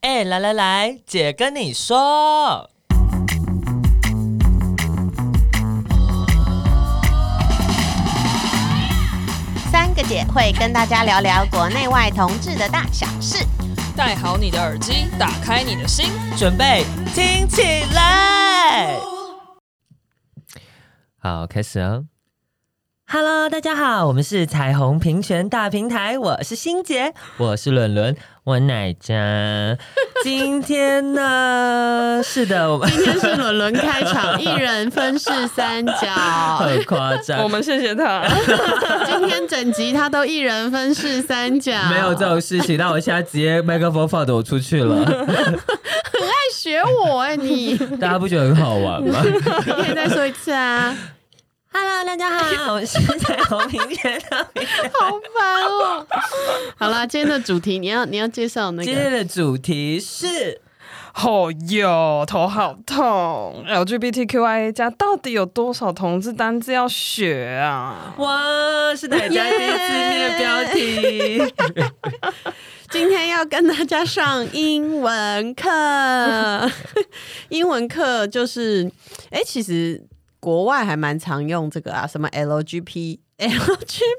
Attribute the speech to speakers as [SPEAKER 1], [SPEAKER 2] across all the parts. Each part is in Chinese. [SPEAKER 1] 哎、来来来，姐跟你说，
[SPEAKER 2] 三个姐会跟大家聊聊国内外同志的大小事。
[SPEAKER 3] 戴好你的耳机，打开你的心。
[SPEAKER 1] 准备听起来。好，开始啊！Hello，大家好，我们是彩虹平权大平台，我是欣杰，我是伦伦，我奶 渣。今天呢，是的，我们
[SPEAKER 4] 今天是伦伦开 场，一人分饰三角。
[SPEAKER 1] 很夸张，
[SPEAKER 3] 我们谢谢他，
[SPEAKER 4] 今天整集他都一人分饰三角，
[SPEAKER 1] 没有这种事情。那我现在直接麦克风放着我出去 了，
[SPEAKER 4] 在学我哎、你你
[SPEAKER 1] 大家不觉得很好玩 吗？
[SPEAKER 4] 可以再说一次啊，
[SPEAKER 1] Hello，大家好，我是彩虹平权大平台。
[SPEAKER 4] 好烦哦。好啦，今天的主题你要你要介绍那
[SPEAKER 1] 今
[SPEAKER 4] 个
[SPEAKER 1] 天的主题是
[SPEAKER 3] 哦哟，头好 痛。LGBTQIA 加到底有多少同志单字要学啊？
[SPEAKER 1] 哇，是奶家第一次念标题。
[SPEAKER 4] 今天要跟大家上英文课， 英文课就是哎、其实国外还蛮常用这个啊，什么 LGP。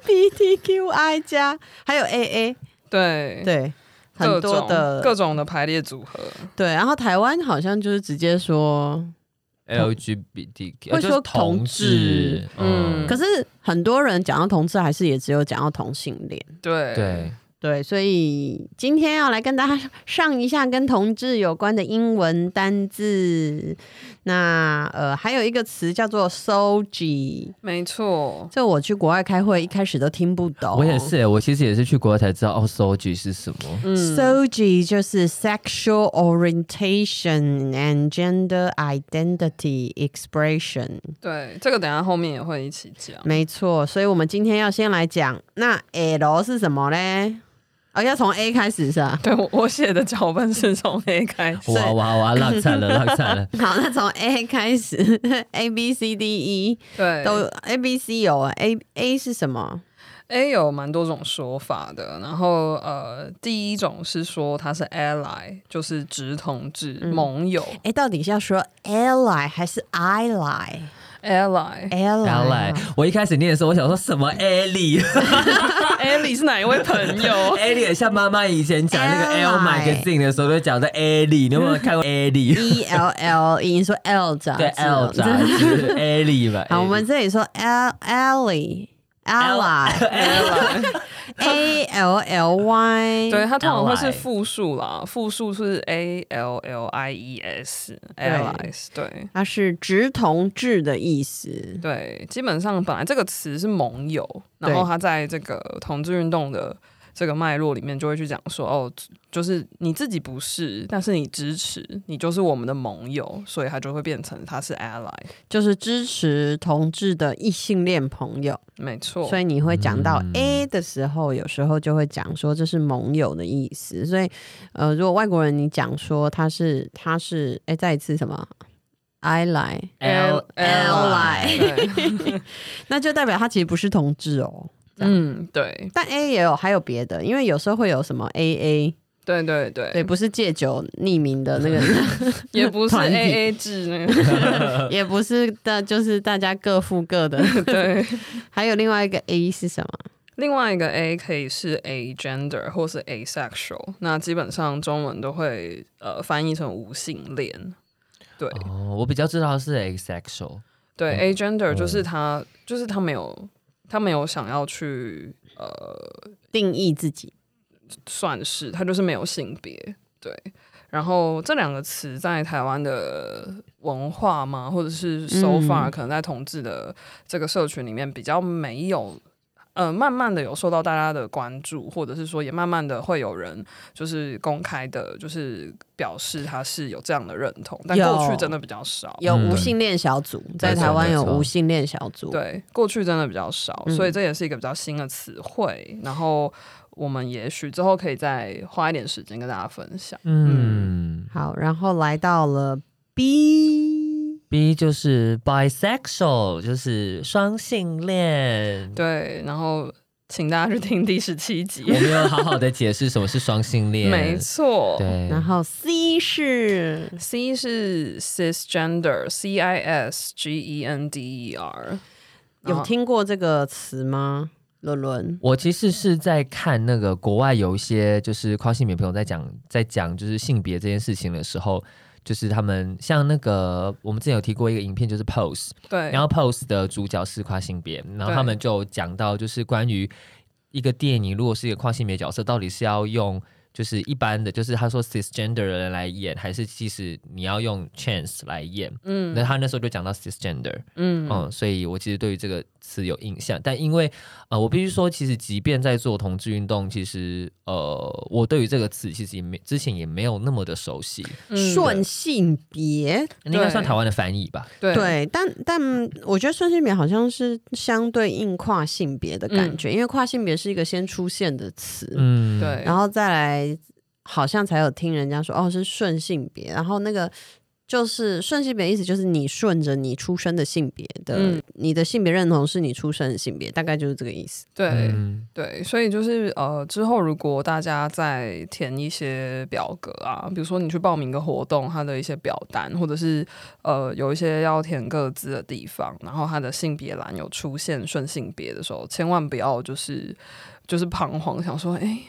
[SPEAKER 4] LGBTQI 加，还有 AA，
[SPEAKER 3] 对，
[SPEAKER 4] 对，
[SPEAKER 3] 各
[SPEAKER 4] 很多
[SPEAKER 3] 种
[SPEAKER 4] 的
[SPEAKER 3] 嗯各种的排列组合，
[SPEAKER 4] 对，然后台湾好像就是直接说，
[SPEAKER 5] 啊
[SPEAKER 1] LGBTQ
[SPEAKER 4] 会说
[SPEAKER 1] 就是
[SPEAKER 4] 同志
[SPEAKER 1] 嗯，
[SPEAKER 4] 可是很多人讲到同志，还是也只有讲到同性恋。
[SPEAKER 3] 对
[SPEAKER 1] 对，
[SPEAKER 4] 对，所以今天要来跟大家 上一下跟同志有关的英文单字。那呃，还有一个词叫做 “soji”，
[SPEAKER 3] 没错。
[SPEAKER 4] 这我去国外开会一开始都听不懂。
[SPEAKER 5] 我也。是，我其实也是去国外才知道哦，soji 是什么。
[SPEAKER 4] 嗯 Soji 就是 sexual orientation and gender identity expression。
[SPEAKER 3] 对，这个等一下后面也会一起讲。
[SPEAKER 4] 没错，所以我们今天要先来讲，那 L 是什么嘞？哦，要从 A 开始是吧？
[SPEAKER 3] 对我我写的脚本是从 A 开 始，
[SPEAKER 5] 哇哇哇，浪惨了，浪惨了！
[SPEAKER 4] 好，那从 A 开始 ，A B C D E
[SPEAKER 3] 对，
[SPEAKER 4] 都 A B C 有啊，A A 是什么？
[SPEAKER 3] A 哎有蛮多种说法的，然后呃，第一种是说他是 ally，就是直同志、盟友
[SPEAKER 4] 哎，到底是要说 ally 还是 ally？ally
[SPEAKER 3] ally。
[SPEAKER 5] 然后来，我一开始念的时候，我想说什么 Ellie，Ellie
[SPEAKER 3] ally 是哪一位朋友？
[SPEAKER 5] 很像妈妈以前讲那个
[SPEAKER 4] Ally
[SPEAKER 5] L magazine 的时候，都讲的 Ellie，你有没有看过 Ellie？
[SPEAKER 4] E L L E，你说 L 杂
[SPEAKER 5] 对
[SPEAKER 4] 志
[SPEAKER 5] ，L
[SPEAKER 4] 哦
[SPEAKER 5] 杂志 Ellie 吧。
[SPEAKER 4] 好，我们这里说 L ally ally A L L Y，
[SPEAKER 3] 对，它通常会是复数啦，复数是 a l l i e s allies，对
[SPEAKER 4] 它是直同志的意思。
[SPEAKER 3] 对，基本上本来这个词是盟友，然后
[SPEAKER 4] 对
[SPEAKER 3] 它在这个同志运动的这个脉络里面就会去讲说，哦，就是你自己不是，但是你支持，你就是我们的盟友，所以它就会变成它是 ally。
[SPEAKER 4] 就是支持同志的异性恋朋友，
[SPEAKER 3] 没错，
[SPEAKER 4] 所以你会讲到
[SPEAKER 5] 嗯
[SPEAKER 4] A 的时候，有时候就会讲说这是盟友的意思。所以，呃，如果外国人你讲说他是他是，哎，再一次什么 I 来，
[SPEAKER 5] L
[SPEAKER 4] ally
[SPEAKER 3] 对
[SPEAKER 4] 那就代表他其实不是同志哦。
[SPEAKER 3] 嗯，对
[SPEAKER 4] 但 A 也有还有别的，因为有时候会有什么 AA，
[SPEAKER 3] 对对对，
[SPEAKER 4] 对，不是戒酒匿名的那个，
[SPEAKER 3] 也不是
[SPEAKER 4] 团体
[SPEAKER 3] A 呃 A 制那个，
[SPEAKER 4] 也不是大，就是大家各付各 的。
[SPEAKER 3] 对。
[SPEAKER 4] 还有另外一个 A 是什么？
[SPEAKER 3] 另外一个 A 可以是 A gender 或是 asexual，那基本上中文都会呃翻译成无性恋。对、
[SPEAKER 5] 哦，我比较知道的是 asexual，
[SPEAKER 3] 对，A gender 就是他、就是他没有他没有想要去呃
[SPEAKER 4] 定义自己。
[SPEAKER 3] 算是，它就是没有性别。对，然后这两个词在台湾的文化嘛，或者是 so
[SPEAKER 4] 嗯
[SPEAKER 3] far，、可能在同志的这个社群里面比较没有。呃，慢慢的有受到大家的关注，或者是说也慢慢的会有人就是公开的，就是表示他是有这样的认同，但
[SPEAKER 4] 有
[SPEAKER 3] 过去真的比较少。
[SPEAKER 4] 有
[SPEAKER 5] 嗯
[SPEAKER 4] 无性恋小组，在
[SPEAKER 5] 没错
[SPEAKER 4] 台湾有
[SPEAKER 5] 没错
[SPEAKER 4] 无性恋小组。
[SPEAKER 3] 对，过去真的比较少，
[SPEAKER 4] 嗯
[SPEAKER 3] 所以这也是一个比较新的词汇。然后我们也许之后可以再花一点时间跟大家分享。
[SPEAKER 5] 嗯
[SPEAKER 4] 好，然后来到了 B，
[SPEAKER 5] ，B 就是 bisexual，就是双性恋。
[SPEAKER 3] 对，然后请大家去听第十七
[SPEAKER 1] 我
[SPEAKER 3] 集。
[SPEAKER 1] 没有好好的解释什么是双性恋，
[SPEAKER 3] 没错，
[SPEAKER 1] 对，
[SPEAKER 4] 然后 C 是
[SPEAKER 3] C 是 cisgender，C I S G E N D E R。
[SPEAKER 4] 有听过这个词吗？伦伦，
[SPEAKER 1] 我其实是在看那个国外有一些就是跨性别朋友在讲在讲就是性别这件事情的时候，就是他们像那个我们之前有提过一个影片，就是 Pose，
[SPEAKER 3] 对，
[SPEAKER 1] 然后 Pose 的主角是跨性别，然后
[SPEAKER 3] 对
[SPEAKER 1] 他们就讲到就是关于一个电影如果是一个跨性别角色，到底是要用。就是一般的，就是他说 cisgender 的人来演，还是其实你要用 chance 来演？
[SPEAKER 3] 嗯
[SPEAKER 1] 那他那时候就讲到 cisgender，
[SPEAKER 3] 嗯
[SPEAKER 1] 嗯，所以我其实对于这个词有印象，但因为呃，我必须说，其实即便在做同志运动，其实呃，我对于这个词其实也没之前也没有那么的熟悉，
[SPEAKER 3] 嗯
[SPEAKER 4] 顺性别
[SPEAKER 1] 应该算
[SPEAKER 3] 对
[SPEAKER 1] 台湾的翻译吧。
[SPEAKER 3] 对
[SPEAKER 4] 对，但但我觉得顺性别好像是相对应跨性别的感
[SPEAKER 3] 嗯
[SPEAKER 4] 觉，因为跨性别是一个先出现的词，
[SPEAKER 1] 嗯，
[SPEAKER 3] 对，
[SPEAKER 4] 然后再来好像才有听人家说哦是顺性别，然后那个就是顺性别的意思就是你顺着你出生的性别的，
[SPEAKER 3] 嗯
[SPEAKER 4] 你的性别认同是你出生的性别，大概就是这个意思。
[SPEAKER 3] 对。
[SPEAKER 1] 嗯，
[SPEAKER 3] 对，所以就是呃，之后如果大家再填一些表格啊，比如说你去报名一个活动，它的一些表单，或者是呃有一些要填各自的地方，然后它的性别栏有出现顺性别的时候，千万不要就是就是彷徨，想说哎、诶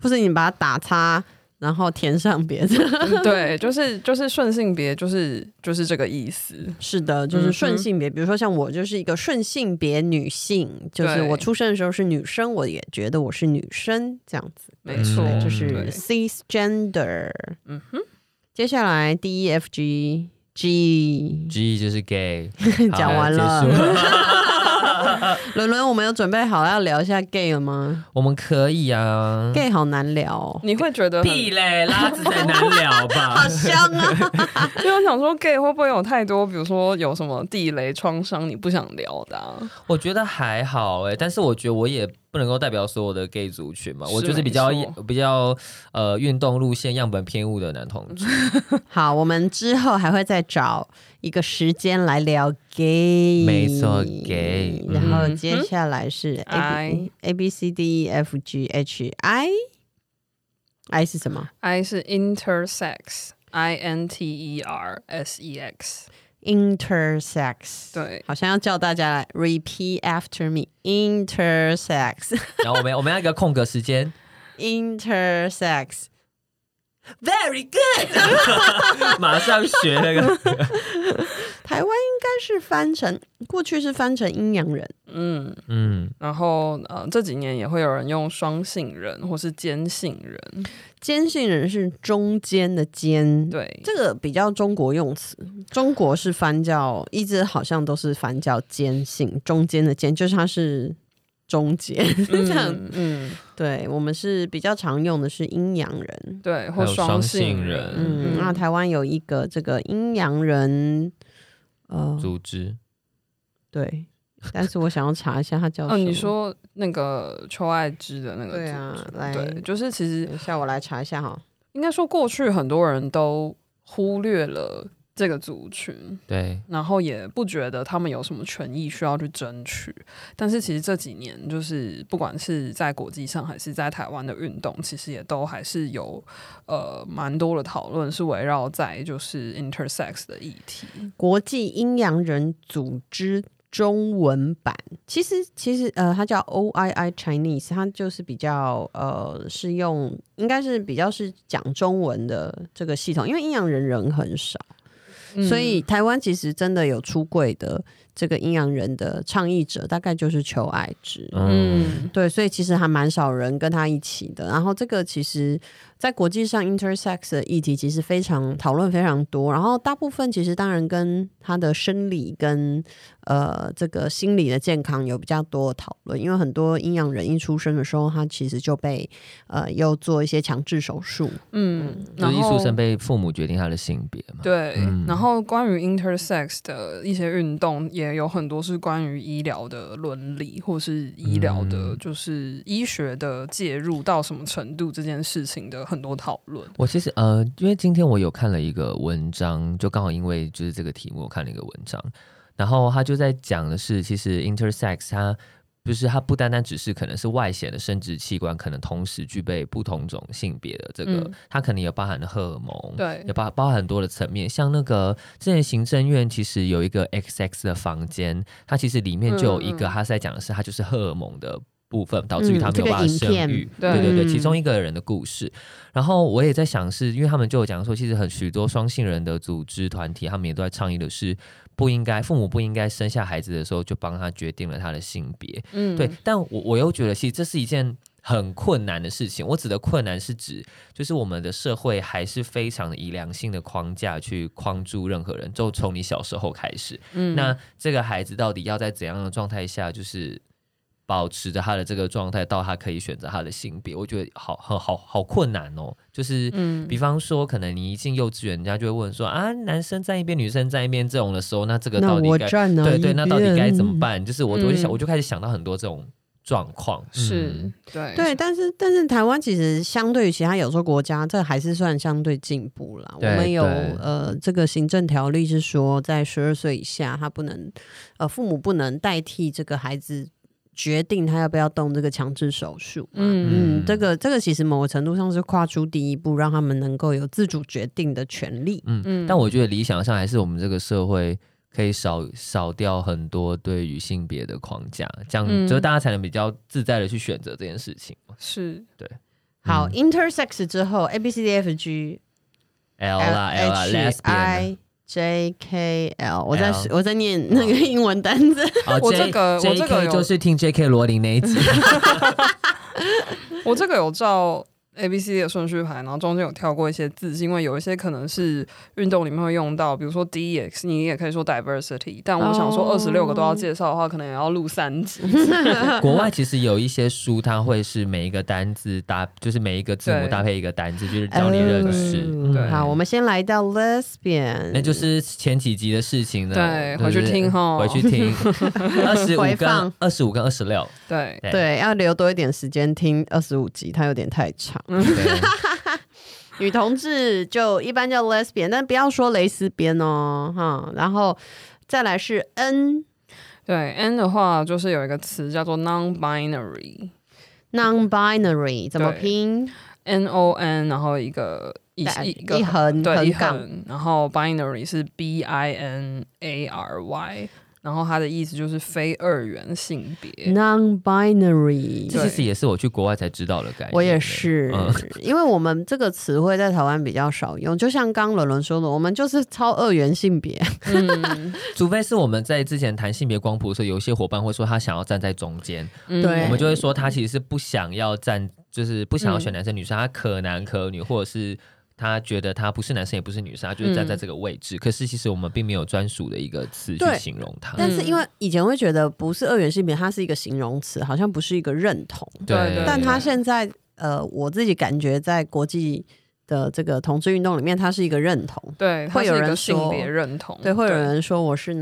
[SPEAKER 4] 或者你把它打叉，然后填上别的。
[SPEAKER 3] 对，就是就是顺性别，就是就是这个意思。
[SPEAKER 4] 是的，就
[SPEAKER 3] 嗯
[SPEAKER 4] 是
[SPEAKER 3] 哼
[SPEAKER 4] 顺性别，比如说像我就是一个顺性别女性，就是
[SPEAKER 3] 对
[SPEAKER 4] 我出生的时候是女生，我也觉得我是女生这样子，
[SPEAKER 3] 没错
[SPEAKER 1] 嗯
[SPEAKER 4] 对就
[SPEAKER 3] 嗯对
[SPEAKER 4] 是 cisgender。
[SPEAKER 3] 嗯
[SPEAKER 4] 哼，接下来 D E F G G
[SPEAKER 1] g 就是 gay，好
[SPEAKER 4] 讲完
[SPEAKER 1] 结束
[SPEAKER 4] 了。伦伦，我们有准备好要聊一下 gay 了吗、
[SPEAKER 1] 我们可以啊。
[SPEAKER 4] g a y 好难聊、 哦，
[SPEAKER 3] 你会觉得很
[SPEAKER 5] 屁嘞，拉子才难聊吧？
[SPEAKER 4] 香啊！
[SPEAKER 3] 因为我想说 gay 会不会有太多，比如说有什么地雷创伤你不想聊的、啊？
[SPEAKER 1] 我觉得还好哎、但是我觉得我也不能够代表所有的 gay 族群嘛，我
[SPEAKER 3] 是
[SPEAKER 1] 就是比
[SPEAKER 3] 没
[SPEAKER 1] 较
[SPEAKER 3] 错
[SPEAKER 1] 比较呃运动路线样本偏误的男同志。
[SPEAKER 4] 好，我们之后还会再找一个时间来聊 gay，
[SPEAKER 1] 没错，gay，
[SPEAKER 4] 然后
[SPEAKER 3] 嗯
[SPEAKER 4] 接下来是 A B
[SPEAKER 3] I
[SPEAKER 4] A B C D E F G H I。I 是什么
[SPEAKER 3] I 是 intersex，I N T E R S E X。
[SPEAKER 4] ？Intersex。
[SPEAKER 3] 对，
[SPEAKER 4] 好像要叫大家来 repeat after me. Intersex,
[SPEAKER 1] 然后我们我们要一个空格时间，
[SPEAKER 4] intersex. Very good.
[SPEAKER 1] 马上学那个。
[SPEAKER 4] 台湾应该是翻成，过去是翻成阴阳人。
[SPEAKER 3] 嗯，
[SPEAKER 1] 嗯，
[SPEAKER 3] 然后呃，这几年也会有人用双性人或是兼性人。
[SPEAKER 4] 坚信人是中间的间，
[SPEAKER 3] 对，
[SPEAKER 4] 这个比较中国用词，中国是翻叫，一直好像都是翻叫坚信，中间的间，就是它是中间、 这样。
[SPEAKER 3] 嗯嗯，
[SPEAKER 4] 对我们是比较常用的是阴阳人，
[SPEAKER 3] 对，
[SPEAKER 1] 还
[SPEAKER 3] 或
[SPEAKER 1] 有
[SPEAKER 3] 双
[SPEAKER 1] 双性
[SPEAKER 3] 人。
[SPEAKER 1] 人
[SPEAKER 4] 嗯，那台湾有一个这个阴阳人，呃，
[SPEAKER 1] 组织
[SPEAKER 4] 对，但是我想要查一下它叫什么。
[SPEAKER 3] 哦，你说那个邱爱芝的那个
[SPEAKER 4] 对
[SPEAKER 3] 组
[SPEAKER 4] 啊
[SPEAKER 3] 织，
[SPEAKER 4] 来
[SPEAKER 3] 对，就是其实
[SPEAKER 4] 等一下我来查一下哈。
[SPEAKER 3] 应该说过去很多人都忽略了这个族群，
[SPEAKER 1] 对，
[SPEAKER 3] 然后也不觉得他们有什么权益需要去争取。但是其实这几年，就是不管是在国际上还是在台湾的运动，其实也都还是有呃蛮多的讨论是围绕在就是 intersex 的议题。
[SPEAKER 4] 国际阴阳人组织中文版，其实其实呃，它叫 OII Chinese，它就是比较呃是用应该是比较是讲中文的这个系统，因为阴阳人人很少，所以台湾其实真的有出柜的这个阴阳人的倡议者，大概就是求爱之。
[SPEAKER 1] 嗯，
[SPEAKER 3] 嗯，
[SPEAKER 4] 对，所以其实还蛮少人跟他一起的。然后这个其实，在国际上 intersex 的议题其实非常讨论非常多。然后大部分其实当然跟他的生理跟呃这个心理的健康有比较多的讨论，因为很多阴阳人一出生的时候，他其实就被呃又做一些强制手术。
[SPEAKER 3] 嗯，
[SPEAKER 1] 就
[SPEAKER 3] 然
[SPEAKER 1] 是一
[SPEAKER 3] 后
[SPEAKER 1] 出生被父母决定他的性别嘛。
[SPEAKER 3] 对，
[SPEAKER 1] 嗯
[SPEAKER 3] 然后关于 intersex 的一些运动，也有很多是关于医疗的伦理，或是医疗的，
[SPEAKER 1] 嗯
[SPEAKER 3] 就是医学的介入到什么程度这件事情的很多讨论。
[SPEAKER 1] 我其实呃，因为今天我有看了一个文章，就刚好因为就是这个题目，我看了一个文章，然后他就在讲的是，其实 intersex 它就是它不单单只是可能是外显的生殖器官，可能同时具备不同种性别的这个，
[SPEAKER 3] 嗯
[SPEAKER 1] 它可能也包含了荷尔蒙，
[SPEAKER 3] 对
[SPEAKER 1] 也包包含很多的层面。像那个之前行政院其实有一个 XX 的房间，它其实里面就有一个，
[SPEAKER 3] 嗯嗯
[SPEAKER 1] 它是在讲的是它就是荷尔蒙的。部分导致于
[SPEAKER 4] 嗯
[SPEAKER 1] 他没
[SPEAKER 4] 这
[SPEAKER 1] 有
[SPEAKER 4] 个
[SPEAKER 1] 办法
[SPEAKER 4] 影
[SPEAKER 1] 生
[SPEAKER 4] 片
[SPEAKER 1] 育，
[SPEAKER 3] 对
[SPEAKER 1] 对对对，
[SPEAKER 4] 嗯
[SPEAKER 1] 其中一个人的故事。然后我也在想是，因为他们就有讲说，其实很许多双性人的组织团体，他们也都在倡议的是，不应该父母不应该生下孩子的时候就帮他决定了他的性别。
[SPEAKER 3] 嗯
[SPEAKER 1] 对，但我我又觉得，其实这是一件很困难的事情。我指的困难是指，就是我们的社会还是非常的以良性的框架去框住任何人，就从你小时候开始。
[SPEAKER 3] 嗯
[SPEAKER 1] 那这个孩子到底要在怎样的状态下，就是保持着他的这个状态，到他可以选择他的性别？我觉得好好好好困难哦。就是，
[SPEAKER 3] 嗯
[SPEAKER 1] 比方说，可能你一进幼稚园，人家就会问说啊，男生站一边，女生站一边这种的时候，那这个
[SPEAKER 4] 那
[SPEAKER 1] 到底
[SPEAKER 4] 我
[SPEAKER 1] 该
[SPEAKER 4] 赚了，
[SPEAKER 1] 对对，那到底该怎么？办？就是我我就想，
[SPEAKER 3] 嗯
[SPEAKER 1] 我就开始想到很多这种状况。
[SPEAKER 3] 是
[SPEAKER 1] 嗯
[SPEAKER 3] 对
[SPEAKER 4] 对，但是但是台湾其实相对于其他有时候国家，这还是算相对进步啦。我
[SPEAKER 1] 对
[SPEAKER 4] 们有
[SPEAKER 1] 对
[SPEAKER 4] 呃这个行政条例是说，在十二岁以下，他不能呃父母不能代替这个孩子决定他要不要动这个强制手术。嗯
[SPEAKER 3] 嗯
[SPEAKER 4] 嗯，这个这个其实某个程度上是跨出第一步，让他们能够有自主决定的权利。
[SPEAKER 1] 嗯
[SPEAKER 3] 嗯
[SPEAKER 1] 但我觉得理想上还是我们这个社会可以少少掉很多对于性别的框架，这样
[SPEAKER 3] 嗯
[SPEAKER 1] 就是大家才能比较自在的去选择这件事情。
[SPEAKER 3] 是
[SPEAKER 4] 好、
[SPEAKER 1] 嗯
[SPEAKER 4] i n t e r s e x 之后，A B C D E F G
[SPEAKER 1] L 啦 L 啦
[SPEAKER 4] L H
[SPEAKER 1] ，lesbian 啊
[SPEAKER 4] I J K L，我在
[SPEAKER 1] L
[SPEAKER 4] 我在念那个英文单字。
[SPEAKER 1] 啊
[SPEAKER 3] 我这个我这个有
[SPEAKER 1] 就是听 J.K. 罗琳那一 集，
[SPEAKER 3] 我这个有照 A B C 的顺序排，然后中间有跳过一些字，是因为有一些可能是运动里面会用到，比如说 D E X，你也可以说 diversity，但我想说
[SPEAKER 4] 哦
[SPEAKER 3] 二十六个都要介绍的话，可能也要录三集。
[SPEAKER 1] 国外其实有一些书，它会是每一个单字搭，就是每一个字母
[SPEAKER 3] 对嗯
[SPEAKER 1] 搭配一个单字，就是教你认识。嗯
[SPEAKER 4] 哦
[SPEAKER 3] 对
[SPEAKER 4] 好，我们先来到 lesbian，
[SPEAKER 1] 那就是前几集的事情了。
[SPEAKER 3] 对
[SPEAKER 1] 就是
[SPEAKER 3] 回去听吼
[SPEAKER 1] 回去 听。二十
[SPEAKER 4] 回
[SPEAKER 1] 五
[SPEAKER 4] 放
[SPEAKER 1] 跟二十五跟二十六，
[SPEAKER 3] 对，
[SPEAKER 1] 对
[SPEAKER 4] 对，要留多一点时间听二十五集，它有点太长。
[SPEAKER 3] 嗯
[SPEAKER 1] 对
[SPEAKER 4] 女同志就一般叫 lesbian，但不要说蕾丝边哦，哈。然后再来是 n
[SPEAKER 3] 对，N 的话就是有一个词叫做 non-binary。
[SPEAKER 4] non-binary 怎么
[SPEAKER 3] 对
[SPEAKER 4] 拼？
[SPEAKER 3] N O N，然后一个一
[SPEAKER 4] 对
[SPEAKER 3] 一个
[SPEAKER 4] 一横
[SPEAKER 3] 对
[SPEAKER 4] 横
[SPEAKER 3] 一
[SPEAKER 4] 杠
[SPEAKER 3] 横，然后 binary 是 B I N A R Y，然后它的意思就是非二元性别。
[SPEAKER 4] non-binary。
[SPEAKER 1] 这其实也是我去国外才知道的概念。
[SPEAKER 4] 我也是，
[SPEAKER 1] 嗯
[SPEAKER 4] 因为我们这个词汇在台湾比较少用，就像刚伦伦说的，我们就是超二元性别，
[SPEAKER 3] 嗯，
[SPEAKER 1] 除非是我们在之前谈性别光谱的时候，有一些伙伴会说他想要站在中间，
[SPEAKER 3] 嗯
[SPEAKER 4] 对
[SPEAKER 1] 我们就会说他其实是不想要站，就是不想要选
[SPEAKER 3] 嗯
[SPEAKER 1] 男生女生，他可男可女，或者是他觉得他不是男生也不是女生，他就是
[SPEAKER 3] 嗯
[SPEAKER 1] 站在这个位置。可是其实我们并没有专属的一个词去
[SPEAKER 4] 对
[SPEAKER 1] 形容他。
[SPEAKER 4] 但是
[SPEAKER 3] 嗯
[SPEAKER 4] 因为以前会觉得不是二元性别，它是一个形容词，好像不是一个认同。
[SPEAKER 3] 对对
[SPEAKER 4] 但他
[SPEAKER 3] 对
[SPEAKER 4] 现在呃，我自己感觉在国际的这个同志运动里面，它是一个认同。
[SPEAKER 3] 对，它
[SPEAKER 4] 会有
[SPEAKER 3] 是一个
[SPEAKER 4] 人
[SPEAKER 3] 性
[SPEAKER 4] 说
[SPEAKER 3] 别认同，
[SPEAKER 4] 对，会有人说我是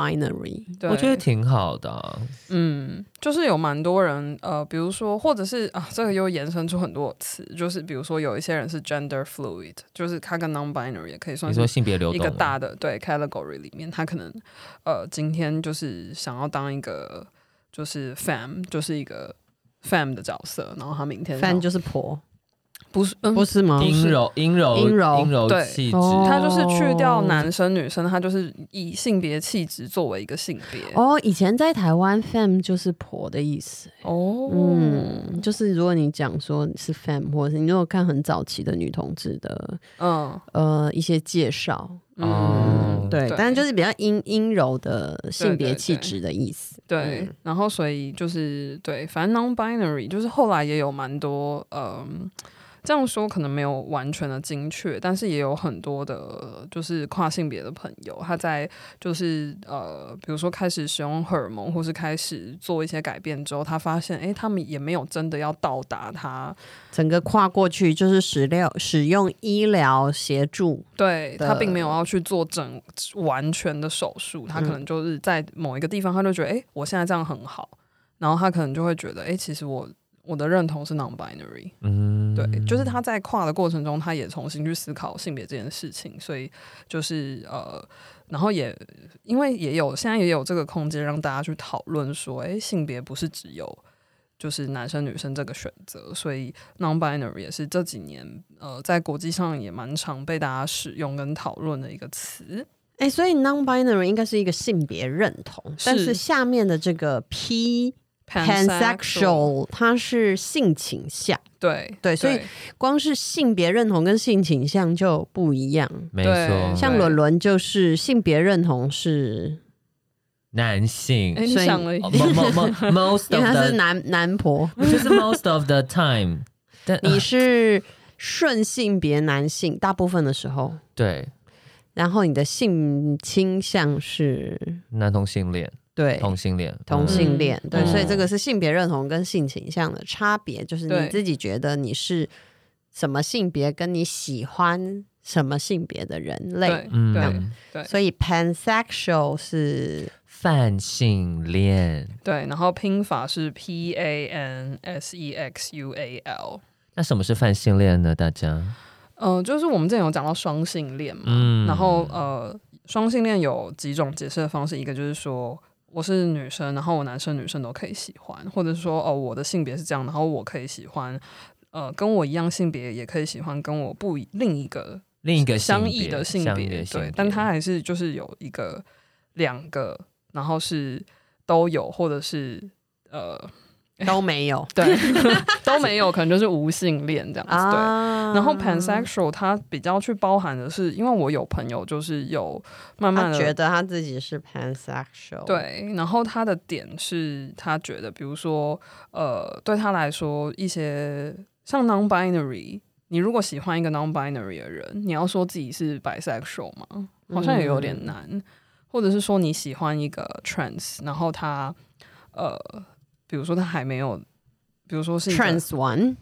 [SPEAKER 4] non-binary，
[SPEAKER 3] 对，
[SPEAKER 1] 我觉得挺好的啊、
[SPEAKER 3] 嗯，就是有蛮多人，呃，比如说，或者是啊，这个又延伸出很多词，就是比如说有一些人是 gender fluid，就是他跟 non-binary 也可以算
[SPEAKER 1] 你
[SPEAKER 3] 是
[SPEAKER 1] 说性别流
[SPEAKER 3] 一
[SPEAKER 1] 动
[SPEAKER 3] 个
[SPEAKER 1] 吗，
[SPEAKER 3] 大的对 category 里面，他可能呃今天就是想要当一个就是 fam，就是一个 fam 的角色，然后他明天
[SPEAKER 4] 反正
[SPEAKER 3] 想
[SPEAKER 4] 就是婆，
[SPEAKER 3] 不是嗯
[SPEAKER 4] 不啊是吗？
[SPEAKER 1] 阴柔、阴柔、
[SPEAKER 4] 阴柔
[SPEAKER 1] 阴柔
[SPEAKER 3] 对
[SPEAKER 1] 气质，
[SPEAKER 4] 哦
[SPEAKER 3] 他就是去掉男生女生，他就是以性别气质作为一个性别
[SPEAKER 4] 哦，以前在台湾 fem 就是婆的意思，
[SPEAKER 3] 哦
[SPEAKER 4] 嗯，就是如果你讲说是 fem，或者是你如果看很早期的女同志的
[SPEAKER 3] 嗯
[SPEAKER 4] 呃一些介绍，
[SPEAKER 1] 哦
[SPEAKER 4] 对，但是就是是比较阴阴柔的性别
[SPEAKER 3] 对对
[SPEAKER 4] 气质的意思，嗯
[SPEAKER 3] 对，然后所以就是对，反正 non-binary 就是后来也有蛮多嗯。这样说可能没有完全的精确，但是也有很多的，就是跨性别的朋友，他在就是呃，比如说开始使用荷尔蒙，或是开始做一些改变之后，他发现，哎、他们也没有真的要到达他
[SPEAKER 4] 整个跨过去就是使料使用医疗协助，
[SPEAKER 3] 对他
[SPEAKER 4] 的
[SPEAKER 3] 并没有要去做整完全的手术，他可能就是在某一个地方，他就觉得，哎、我现在这样很好，然后他可能就会觉得，哎、其实我我的认同是 non-binary，
[SPEAKER 1] 嗯，
[SPEAKER 3] 对，就是他在跨的过程中，他也重新去思考性别这件事情，所以就是呃，然后也因为也有现在也有这个空间让大家去讨论说，诶，性别不是只有就是男生女生这个选择，所以 non-binary 也是这几年呃在国际上也蛮常被大家使用跟讨论的一个词。
[SPEAKER 4] 哎、所以 non-binary 应该是一个性别认同，但
[SPEAKER 3] 是
[SPEAKER 4] 是下面的这个 P pansexual 它是性倾向，
[SPEAKER 3] 对
[SPEAKER 4] 对所以光是性别认同跟性倾向就不一样。
[SPEAKER 1] 没
[SPEAKER 3] 对
[SPEAKER 1] 错，
[SPEAKER 4] 像
[SPEAKER 3] 对
[SPEAKER 4] 伦伦就是性别认同是，
[SPEAKER 1] 男性
[SPEAKER 3] 哎，你
[SPEAKER 4] 所以
[SPEAKER 3] 想了一
[SPEAKER 1] 哦某某某 most
[SPEAKER 4] 因为
[SPEAKER 1] of
[SPEAKER 4] 他是
[SPEAKER 1] the
[SPEAKER 4] 男男婆，
[SPEAKER 1] 就是 most of the time，但啊
[SPEAKER 4] 你是顺性别男性，大部分的时候，
[SPEAKER 1] 对
[SPEAKER 4] 然后你的性倾向是
[SPEAKER 1] 男同性恋、
[SPEAKER 4] 对
[SPEAKER 1] 同性恋、
[SPEAKER 4] 同性恋，
[SPEAKER 3] 嗯
[SPEAKER 4] 对，
[SPEAKER 1] 嗯
[SPEAKER 4] 所以这个是性别认同跟性倾向的差别，就是
[SPEAKER 3] 对
[SPEAKER 4] 你自己觉得你是什么性别，跟你喜欢什么性别的人类。
[SPEAKER 1] 嗯，
[SPEAKER 3] 对
[SPEAKER 1] 嗯，
[SPEAKER 3] 对
[SPEAKER 4] 所以 pansexual 是
[SPEAKER 1] 泛性恋。
[SPEAKER 3] 对，然后拼法是 P A N S E X U A L。
[SPEAKER 1] 那什么是泛性恋呢？大家，
[SPEAKER 3] 嗯、就是我们之前有讲到双性恋嘛，
[SPEAKER 1] 嗯
[SPEAKER 3] 然后呃，双性恋有几种解释的方式，一个就是说我是女生，然后我男生女生都可以喜欢，或者说哦我的性别是这样，然后我可以喜欢呃跟我一样性别也可以喜欢跟我不一另一个
[SPEAKER 1] 另一个性
[SPEAKER 3] 相
[SPEAKER 1] 别
[SPEAKER 3] 异的性
[SPEAKER 1] 相异
[SPEAKER 3] 别，
[SPEAKER 1] 的性
[SPEAKER 3] 对
[SPEAKER 1] 别，
[SPEAKER 3] 但它还是就是有一个两个，然后是都有或者是呃
[SPEAKER 4] 都没有
[SPEAKER 3] 对，都没有，可能就是无性恋这样子。 对，
[SPEAKER 4] 啊
[SPEAKER 3] 然后 pansexual 它比较去包含的是，因为我有朋友就是有慢慢
[SPEAKER 4] 他
[SPEAKER 3] 的
[SPEAKER 4] 觉得他自己是 pansexual，，
[SPEAKER 3] 对，然后他的点是他觉得，比如说，呃，对他来说，一些像 non-binary，你如果喜欢一个 non-binary 的人，你要说自己是 bisexual 吗？好像也
[SPEAKER 4] 嗯
[SPEAKER 3] 有点难。或者是说你喜欢一个 trans，然后他，呃，比如说他还没有，比如说是一个
[SPEAKER 4] trans 完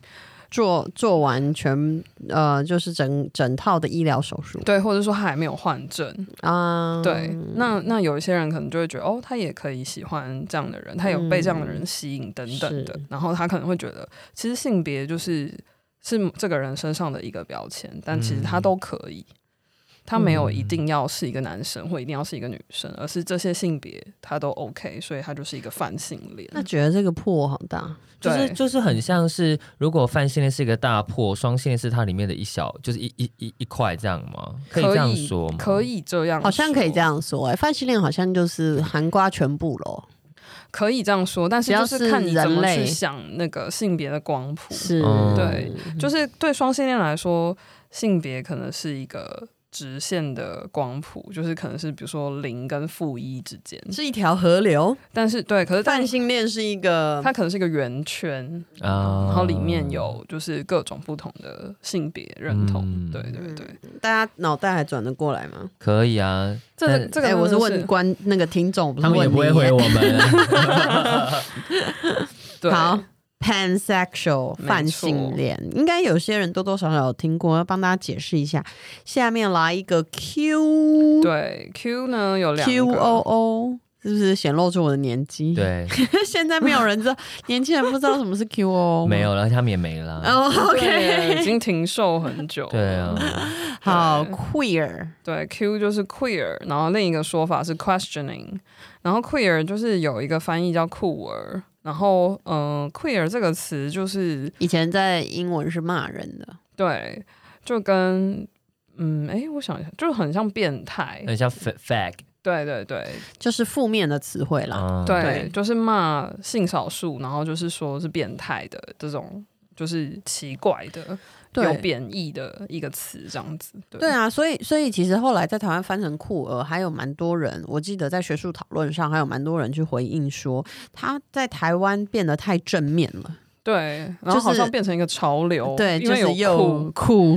[SPEAKER 4] 做做完全呃就是整整套的医疗手术
[SPEAKER 3] 对，或者说他还没有换证，
[SPEAKER 4] 啊，
[SPEAKER 3] 对，那那有一些人可能就会觉得，哦，他也可以喜欢这样的人，他有被这样的人吸引等等的，
[SPEAKER 4] 嗯是
[SPEAKER 3] 然后他可能会觉得，其实性别就是是这个人身上的一个标签，但其
[SPEAKER 4] 嗯
[SPEAKER 3] 实他都可以，他没有一定要是一个男生或一定要是一个女生，而是这些性别他都 OK，所以他就是一个泛性恋。
[SPEAKER 4] 那觉得这个破好大，
[SPEAKER 1] 就是
[SPEAKER 3] 对
[SPEAKER 1] 就是很像是，如果泛性恋是一个大破，双性恋是它里面的一小，就是一一一一块这样吗？可以这样说吗？
[SPEAKER 3] 可，以这样，
[SPEAKER 4] 好像可以这，样说、哎，泛性恋好像就是含瓜全部喽，
[SPEAKER 3] 可以这样说，但是就
[SPEAKER 4] 只
[SPEAKER 3] 是
[SPEAKER 4] 要是
[SPEAKER 3] 看你怎么
[SPEAKER 4] 人
[SPEAKER 3] 去
[SPEAKER 4] 类
[SPEAKER 3] 想那个性别的光谱。
[SPEAKER 4] 是
[SPEAKER 5] 哦
[SPEAKER 1] 嗯
[SPEAKER 3] 对，就是对双性恋来说，性别可能是一个直线的光谱，就是可能是比如说零跟负一之间，
[SPEAKER 4] 是一条河流。
[SPEAKER 3] 但是对，可是但
[SPEAKER 4] 泛性恋是一个
[SPEAKER 3] 它可能是一个圆圈，
[SPEAKER 1] 啊
[SPEAKER 3] 然后里面有就是各种不同的性别认同，
[SPEAKER 1] 嗯
[SPEAKER 3] 对对对，
[SPEAKER 4] 大家脑袋还转得过来吗？
[SPEAKER 1] 可以啊。
[SPEAKER 3] 这个
[SPEAKER 1] 但
[SPEAKER 3] 这
[SPEAKER 4] 哎、
[SPEAKER 3] 个真的
[SPEAKER 4] 我是问观那个听众，不是
[SPEAKER 5] 他们也
[SPEAKER 4] 问
[SPEAKER 5] 不会
[SPEAKER 4] 你
[SPEAKER 5] 回
[SPEAKER 4] 耶。
[SPEAKER 5] 我们。
[SPEAKER 3] 对
[SPEAKER 4] 好，pansexual
[SPEAKER 3] 没错
[SPEAKER 4] 泛性恋，应该有些人多多少少有听过，要帮大家解释一下。下面来一个 Q，
[SPEAKER 3] 对 Q 呢有两个
[SPEAKER 4] Q O O，是不是显露出我的年纪？，
[SPEAKER 1] 对，
[SPEAKER 4] 现在没有人知道，年轻人不知道什么是 Q O，
[SPEAKER 1] 没。有了，他们也没 了。
[SPEAKER 4] 哦、o
[SPEAKER 3] 对
[SPEAKER 4] k
[SPEAKER 3] 已经停售很久了，
[SPEAKER 1] 对啊，
[SPEAKER 4] 好 queer，
[SPEAKER 3] 对，Q 就是 queer，然后另一个说法是 questioning，然后 queer 就是有一个翻译叫酷儿，然后嗯、呃 queer 这个词就是
[SPEAKER 4] 以前在英文是骂人的，
[SPEAKER 3] 对，就跟嗯，哎，我想一下，就很像变态，
[SPEAKER 1] 很像 fa- fag
[SPEAKER 3] 对对对
[SPEAKER 4] 就是负面的词汇啦。
[SPEAKER 5] 嗯
[SPEAKER 1] 啊，
[SPEAKER 3] 对，
[SPEAKER 4] 对
[SPEAKER 3] 就是骂性少数，然后就是说是变态的这种，就是奇怪的、有
[SPEAKER 4] 对
[SPEAKER 3] 贬义的一个词，这样子，对
[SPEAKER 4] 对啊，所以所以其实后来在台湾翻成酷儿，还有蛮多人，我记得在学术讨论上，还有蛮多人去回应说，他在台湾变得太正面了，
[SPEAKER 3] 对然后好
[SPEAKER 4] 就是
[SPEAKER 3] 像变成一个潮流，
[SPEAKER 4] 对，
[SPEAKER 3] 因
[SPEAKER 4] 就
[SPEAKER 3] 为有
[SPEAKER 4] 是又酷，
[SPEAKER 3] 酷，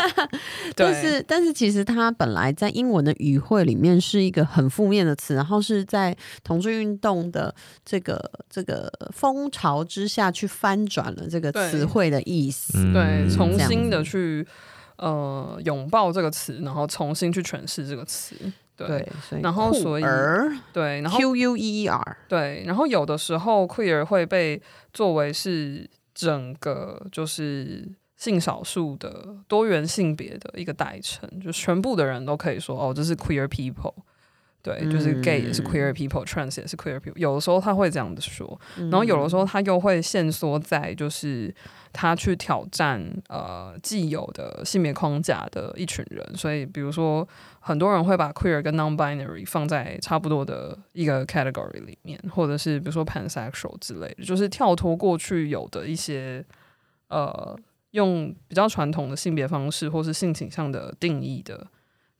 [SPEAKER 3] 对
[SPEAKER 4] 但是但是其实它本来在英文的语汇里面是一个很负面的词，然后是在同志运动的这个这个风潮之下去翻转了这个
[SPEAKER 3] 对
[SPEAKER 4] 词汇的意思。
[SPEAKER 1] 嗯
[SPEAKER 3] 对，重
[SPEAKER 4] 这样
[SPEAKER 3] 新
[SPEAKER 4] 子
[SPEAKER 3] 的去呃拥抱这个词，然后重新去诠释这个词。对，
[SPEAKER 4] 对，所以
[SPEAKER 3] 然后所以
[SPEAKER 4] 酷儿
[SPEAKER 3] 对然后
[SPEAKER 4] Q U E E R，
[SPEAKER 3] 对，然后有的时候 queer 会被作为是整个就是性少数的多元性别的一个代称，就全部的人都可以说哦，这是 queer people。对，就是 gay 也是 queer people，trans、也是 queer people。有的时候他会这样子说，然后有的时候他又会限缩在就是他去挑战呃既有的性别框架的一群人。所以比如说，很多人会把 queer 跟 non-binary 放在差不多的一个 category 里面，或者是比如说 pansexual 之类的，就是跳脱过去有的一些呃用比较传统的性别方式或是性倾向的定义的，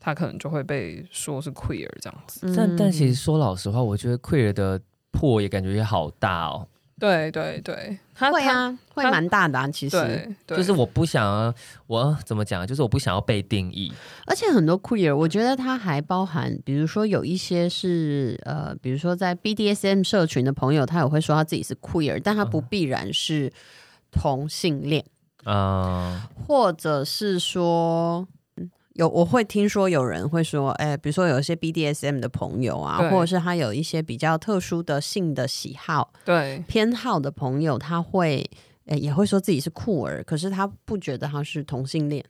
[SPEAKER 3] 他可能就会被说是 queer 这样子。
[SPEAKER 5] 但但
[SPEAKER 3] 嗯
[SPEAKER 5] 其实
[SPEAKER 4] 实
[SPEAKER 5] 说老实话，我觉得 queer 的破也感觉也好大哦，
[SPEAKER 3] 对对对，他
[SPEAKER 4] 会，啊，会
[SPEAKER 3] 他
[SPEAKER 4] 蛮大的啊，其
[SPEAKER 3] 他
[SPEAKER 4] 实，
[SPEAKER 3] 对，对
[SPEAKER 5] 就是我不想要，我呃怎么讲，就是我不想要被定义。
[SPEAKER 4] 而且很多 queer，我觉得它还包含，比如说有一些是呃，比如说在 BDSM 社群的朋友，他也会说他自己是 queer，但他不必然是同性恋。
[SPEAKER 5] 嗯，
[SPEAKER 4] 或者是说，有我会听说有人会说，哎、比如说有一些 BDSM 的朋友啊
[SPEAKER 3] 对，
[SPEAKER 4] 或者是他有一些比较特殊的性的喜好
[SPEAKER 3] 对
[SPEAKER 4] 偏好的朋友，他会。哎也会说自己是酷儿，可是他不觉得他是同性恋。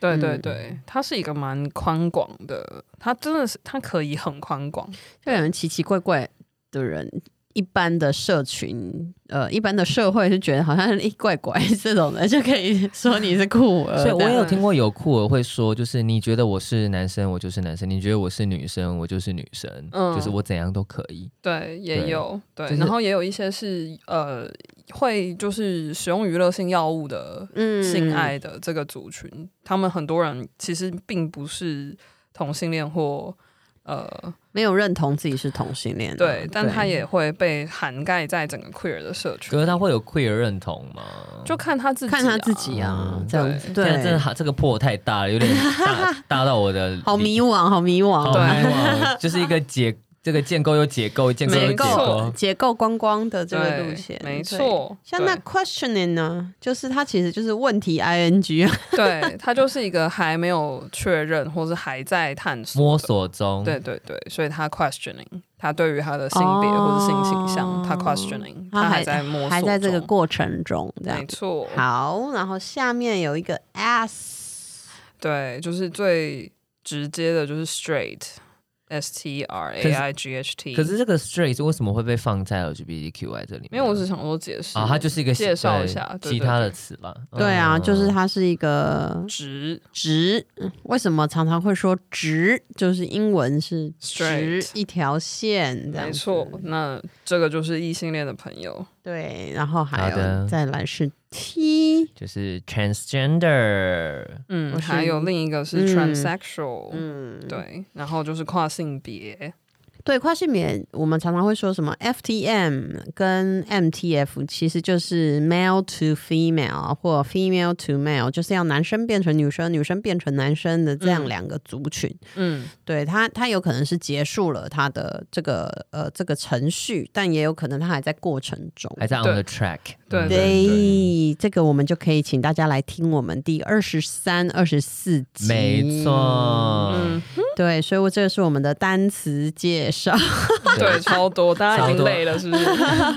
[SPEAKER 3] 对
[SPEAKER 4] 嗯
[SPEAKER 3] 对对，它是一个蛮宽广的，它真的是它可以很宽广。
[SPEAKER 4] 就有人奇奇怪怪的人，一般的社群，呃，一般的社会是觉得好像一怪怪这种的， 就可以说你是酷
[SPEAKER 3] 呃
[SPEAKER 4] 儿。
[SPEAKER 5] 所以我也
[SPEAKER 4] 这样
[SPEAKER 5] 有听过有酷儿会说，就是你觉得我是男生，我就是男生；你觉得我是女生，我就是女生。
[SPEAKER 3] 嗯
[SPEAKER 5] 就是我怎样都可以。
[SPEAKER 3] 对，也
[SPEAKER 5] 对
[SPEAKER 3] 有对，
[SPEAKER 5] 就是
[SPEAKER 3] 然后也有一些是呃，会就是使用娱乐性药物的
[SPEAKER 4] 嗯
[SPEAKER 3] 性爱的这个族群，他们很多人其实并不是同性恋或呃
[SPEAKER 4] 没有认同自己是同性恋啊、
[SPEAKER 3] 对，
[SPEAKER 5] 嗯
[SPEAKER 3] 但他
[SPEAKER 4] 对
[SPEAKER 3] 也会被涵盖在整个 queer 的社群
[SPEAKER 5] 可，是他会有 queer 认同吗？
[SPEAKER 3] 就看他自己、
[SPEAKER 4] 看他自己啊
[SPEAKER 5] 嗯，
[SPEAKER 4] 这样子
[SPEAKER 5] 现在
[SPEAKER 4] 对，
[SPEAKER 5] 真的好，这个破太大了，有点 大大到我的
[SPEAKER 4] 好迷
[SPEAKER 5] 惘，
[SPEAKER 4] 惘，好迷
[SPEAKER 5] 好
[SPEAKER 4] 惘，
[SPEAKER 5] 迷
[SPEAKER 3] 对
[SPEAKER 5] 惘，就是一个解这个建构又解构，建构又
[SPEAKER 4] 结
[SPEAKER 5] 解
[SPEAKER 4] 构
[SPEAKER 5] 构。
[SPEAKER 4] 结构光光的这个
[SPEAKER 3] 对
[SPEAKER 4] 路线，
[SPEAKER 3] 没
[SPEAKER 4] 对。
[SPEAKER 3] 错。
[SPEAKER 4] 像那
[SPEAKER 3] 对
[SPEAKER 4] questioning 呢，就是它其实就是问题 ing 啊，
[SPEAKER 3] 对，它就是一个还没有确认，或是还在探索的
[SPEAKER 5] 摸。索中，
[SPEAKER 3] 对对对，所以他 questioning，他对于他的性别
[SPEAKER 4] 哦
[SPEAKER 3] 或者性倾向，他 questioning，他还在摸索，
[SPEAKER 4] 还在这个，过程中，这
[SPEAKER 3] 没
[SPEAKER 4] 样子。
[SPEAKER 3] 错，
[SPEAKER 4] 好，然后下面有一个 s，
[SPEAKER 3] 对，就是最直接的，就是 straight，s t r a i g h t。
[SPEAKER 5] 可是这个 straight 为什么会被放在 LGBTQI 这里面？
[SPEAKER 3] 没有，我只想说解释
[SPEAKER 5] 啊，它就是一个
[SPEAKER 3] 介绍一下
[SPEAKER 5] 对
[SPEAKER 3] 对
[SPEAKER 5] 其
[SPEAKER 3] 对
[SPEAKER 5] 他
[SPEAKER 3] 对
[SPEAKER 5] 的词啦。
[SPEAKER 4] 对啊，
[SPEAKER 5] 嗯
[SPEAKER 4] 就是它是一个
[SPEAKER 3] 直
[SPEAKER 4] 直，嗯为什么常常会说直？就是英文是直
[SPEAKER 3] Straight
[SPEAKER 4] 一条线，这样
[SPEAKER 3] 没
[SPEAKER 4] 子
[SPEAKER 3] 错，那这个就是异性恋的朋友，
[SPEAKER 4] 对，然后还
[SPEAKER 5] 好的
[SPEAKER 4] 有再来是 T，
[SPEAKER 5] 就是 transgender，
[SPEAKER 3] 嗯，
[SPEAKER 4] 我是
[SPEAKER 3] 还有另一个是
[SPEAKER 4] 嗯
[SPEAKER 3] transsexual，、
[SPEAKER 4] 嗯，
[SPEAKER 3] 对，然后就是跨性别，
[SPEAKER 4] 对，跨性别我们常常会说什么 FTM 跟 MTF，其实就是 male to female 或 female to male，就是要男生变成女生，女生变成男生的这样
[SPEAKER 3] 嗯
[SPEAKER 4] 两个族群。
[SPEAKER 3] 嗯，
[SPEAKER 4] 对他，他有可能是结束了他的这个呃这个程序，但也有可能他还在过程中。
[SPEAKER 5] 还在 on
[SPEAKER 3] 对
[SPEAKER 5] the track。嗯
[SPEAKER 3] 对
[SPEAKER 4] 对，这个我们就可以请大家来听我们第二十三、二十四集。
[SPEAKER 5] 没错，
[SPEAKER 3] 嗯，
[SPEAKER 4] 对，所以我这个是我们的单词介绍。
[SPEAKER 3] 对，超多，大家
[SPEAKER 5] 超
[SPEAKER 3] 已经
[SPEAKER 5] 多
[SPEAKER 3] 累了，是不是？